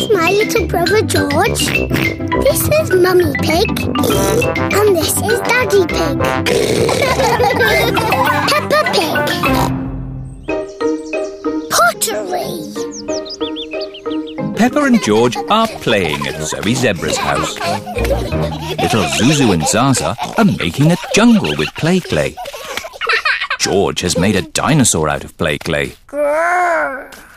little brother George. This is Mummy Pig. And this is Daddy Pig. Peppa Pig. Pottery. Pepper and George are playing at Zoe Zebra's house. Little Zuzu and Zaza are making a jungle with play clay. George has made a dinosaur out of play clay.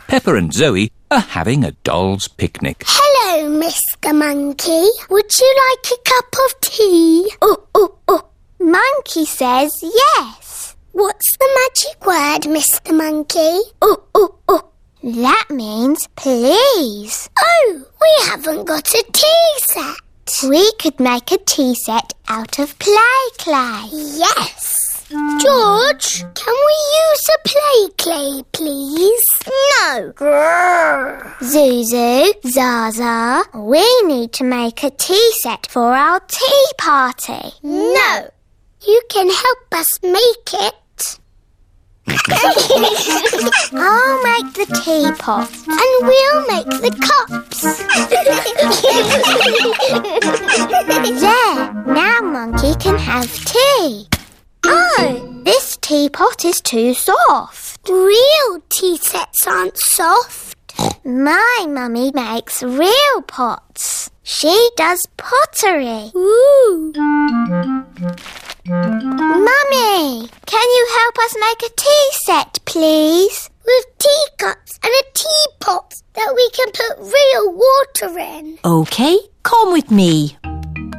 Pepper and Zoe are having a doll's picnic. Hello, Mr. Monkey. Would you like a cup of tea? Oh, oh, oh. Monkey says yes. What's the magic word, Mr. Monkey? Oh, oh, oh. That means please. Oh, we haven't got a tea set. We could make a tea set out of play clay. Yes. George, can we use a play clay, please? No. Zuzu, Zaza, we need to make a tea set for our tea party. No. You can help us make it. I'll make the teapot and we'll make the cups. there, now Monkey can have tea. Oh, this teapot is too soft. Real tea sets aren't soft. My mummy makes real pots. She does pottery. Ooh. Mummy, can you help us make a tea set, please? With teacups and a teapot that we can put real water in. Okay, come with me.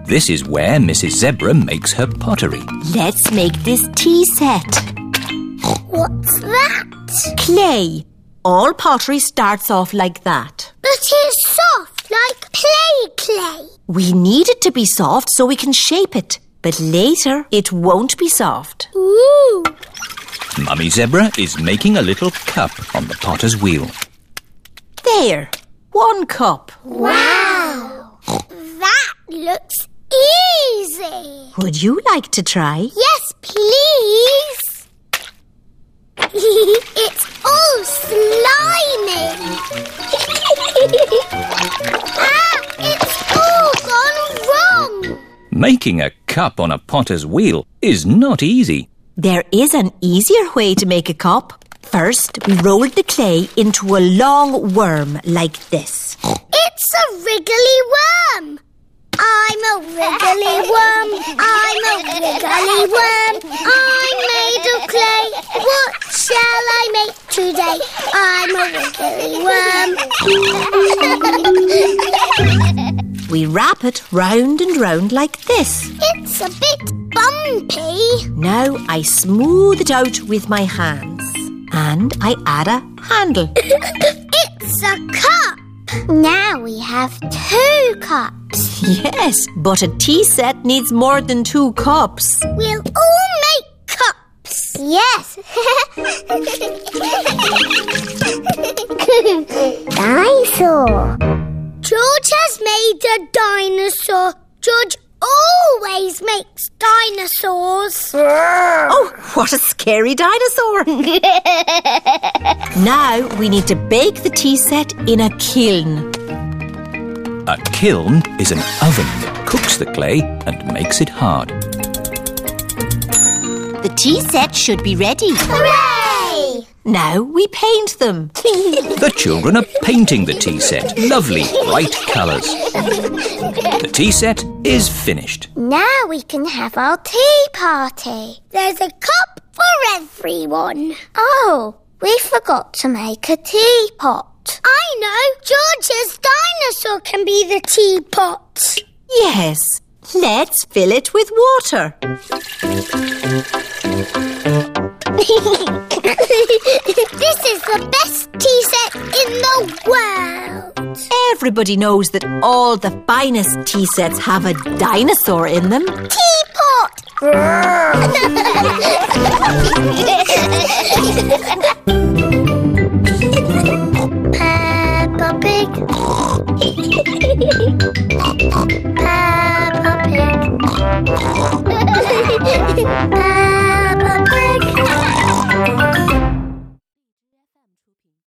This is where Mrs. Zebra makes her pottery. Let's make this tea set. What's that? Clay. All pottery starts off like that. But it's soft, like play clay. We need it to be soft so we can shape it. But later, it won't be soft. Ooh. Mummy Zebra is making a little cup on the potter's wheel. There. One cup. Wow. That looks easy. Would you like to try? Yes, please. it's all slimy. ah, it's all gone wrong. Making a cup on a potter's wheel is not easy. There is an easier way to make a cup. First, we roll the clay into a long worm like this. It's a wriggly worm. I'm a wriggly worm. I'm a wriggly worm. I'm made of clay. What shall I make today? I'm a wriggly worm. We wrap it round and round like this. it's a bit bumpy. Now I smooth it out with my hands. And I add a handle. It's a cup. Now we have two cups. yes, but a tea set needs more than two cups. We'll all make cups. Yes. dinosaur. George has made a dinosaur. George always makes dinosaurs. Oh, what a scary dinosaur! now we need to bake the tea set in a kiln. A kiln is an oven that cooks the clay and makes it hard. The tea set should be ready. Hooray! Now we paint them. The children are painting the tea set. Lovely, bright colours. The tea set is finished. Now we can have our tea party. There's a cup for everyone. Oh, we forgot to make a teapot. I know. George's dinosaur can be the teapot. Yes, let's fill it with water. this is the best tea set in the world. Everybody knows that all the finest tea sets have a dinosaur in them. Teapot! Peppa Pig. Peppa Pig. Peppa Pig.